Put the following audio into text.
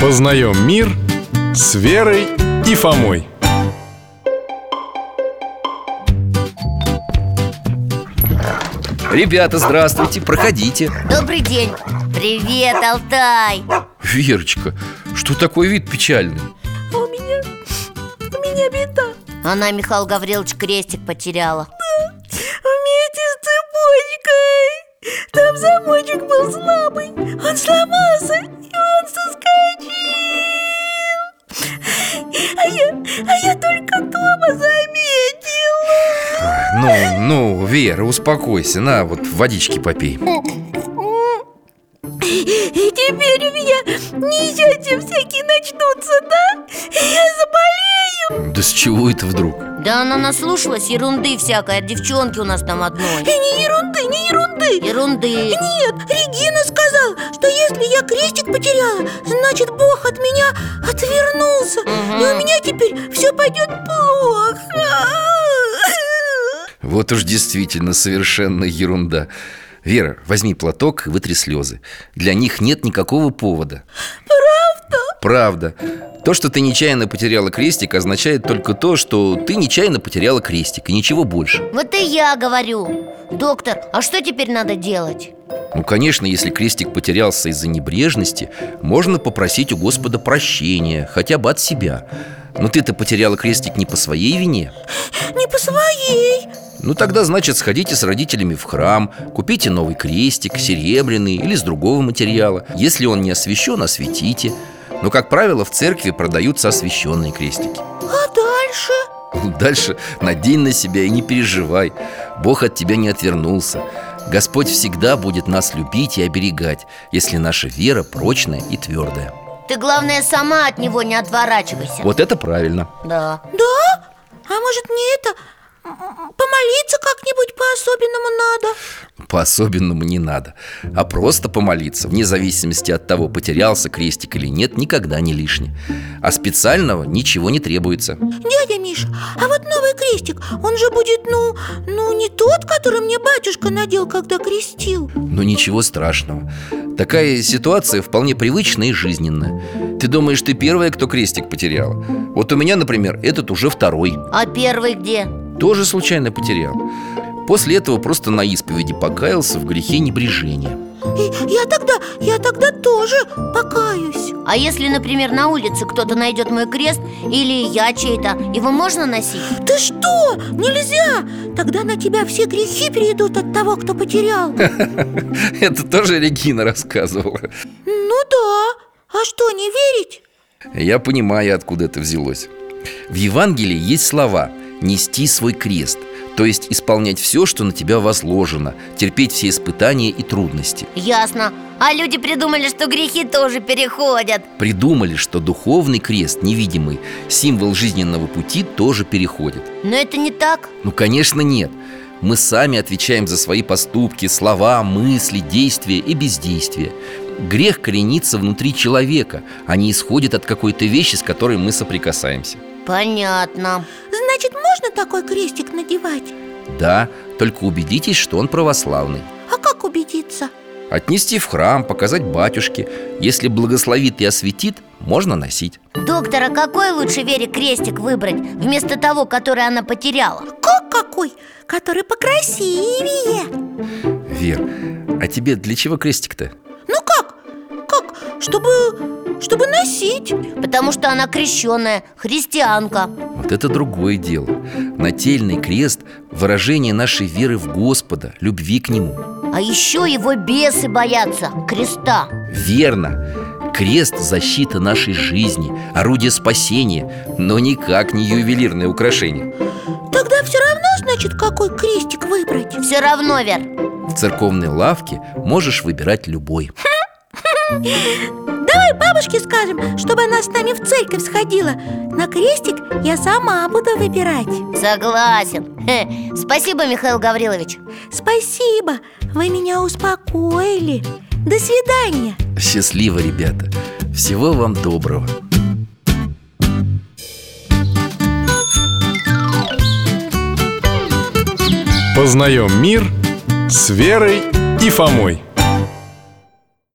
Познаем мир с Верой и Фомой. Ребята, здравствуйте, проходите Добрый день Привет, Алтай Верочка, что такой вид печальный? А у меня... У меня беда Она, Михаил Гаврилович, крестик потеряла Вместе с цепочкой Там замочек был слабый Он сломался И он соскочил А я... А я только дома заметила Ну, ну, Вера, успокойся, на, вот водички попей И теперь у меня несчастья всякие начнутся, да? Я заболею Да с чего это вдруг? Да она наслушалась ерунды всякой От девчонки у нас там И одной не ерунды, не ерунды Ерунды Нет, Регина сказала, что если я крестик потеряла, значит Бог от меня отвернулся. Мгм. И у меня теперь все пойдет плохо. Вот уж действительно совершенно ерунда Вера, возьми платок и вытри слезы Для них нет никакого повода Правда? Правда То, что ты нечаянно потеряла крестик, означает только то, что ты нечаянно потеряла крестик И ничего больше Вот и я говорю Доктор, а что теперь надо делать? Ну, конечно, если крестик потерялся из-за небрежности, можно попросить у Господа прощения, хотя бы от себя. Но ты-то потеряла крестик не по своей вине. Не по своей. Ну, тогда, значит, сходите с родителями в храм, купите новый крестик, серебряный или с другого материала. Если он не освящен, осветите. Но, как правило, в церкви продаются освященные крестики. А дальше? Ну, Дальше надень на себя и не переживай Бог от тебя не отвернулся Господь всегда будет нас любить и оберегать Если наша вера прочная и твердая Ты, главное, сама от него не отворачивайся Вот это правильно Да Да? А может мне это м, м, помолиться как-нибудь по-особенному надо? По-особенному не надо А просто помолиться, вне зависимости от того, потерялся крестик или нет, никогда не лишне А специального ничего не требуется Дядя Миша, а вот новый крестик, он же будет, ну, ну не тот, который мне батюшка надел, когда крестил. Но ничего страшного Такая ситуация вполне привычная и жизненная Ты думаешь, ты первая, кто крестик потеряла? Вот у меня, например, этот уже второй А первый где? Тоже случайно потерял После этого просто на исповеди покаялся в грехе небрежения И я тогда, я тогда тоже покаюсь. А если, например, на улице кто-то найдет мой крест Или я чей-то Его можно носить? Ты что? Нельзя! Тогда на тебя все грехи перейдут от того, кто потерял. Это тоже Регина рассказывала Ну да. А что, не верить? Я понимаю, откуда это взялось В Евангелии есть слова «нести свой крест» То есть исполнять все, что на тебя возложено Терпеть все испытания и трудности Ясно А люди придумали, что грехи тоже переходят Придумали, что духовный крест, невидимый, символ жизненного пути, тоже переходит Но это не так Ну, конечно, нет Мы сами отвечаем за свои поступки, слова, мысли, действия и бездействия Грех коренится внутри человека, а не исходит от какой-то вещи, с которой мы соприкасаемся Понятно Значит, можно такой крестик надевать? Да, только убедитесь, что он православный А как убедиться? Отнести в храм, показать батюшке Если благословит и осветит, можно носить Доктор, а какой лучше Вере крестик выбрать Вместо того, который она потеряла? Как какой? Который покрасивее. Вер, а тебе для чего крестик-то? Ну как? Как? Чтобы... Чтобы носить Потому что она крещенная, христианка Вот это другое дело Нательный крест – выражение нашей веры в Господа, любви к Нему А еще его бесы боятся креста Верно. Крест – защита нашей жизни, орудие спасения, но никак не ювелирное украшение. Тогда все равно, значит, какой крестик выбрать Все равно, Вер В церковной лавке можешь выбирать любой. Давай бабушке скажем, чтобы она с нами в церковь сходила На крестик я сама буду выбирать Согласен Хе. Спасибо, Михаил Гаврилович Спасибо, вы меня успокоили До свидания Счастливо, ребята. Всего вам доброго. Познаем мир с Верой и Фомой.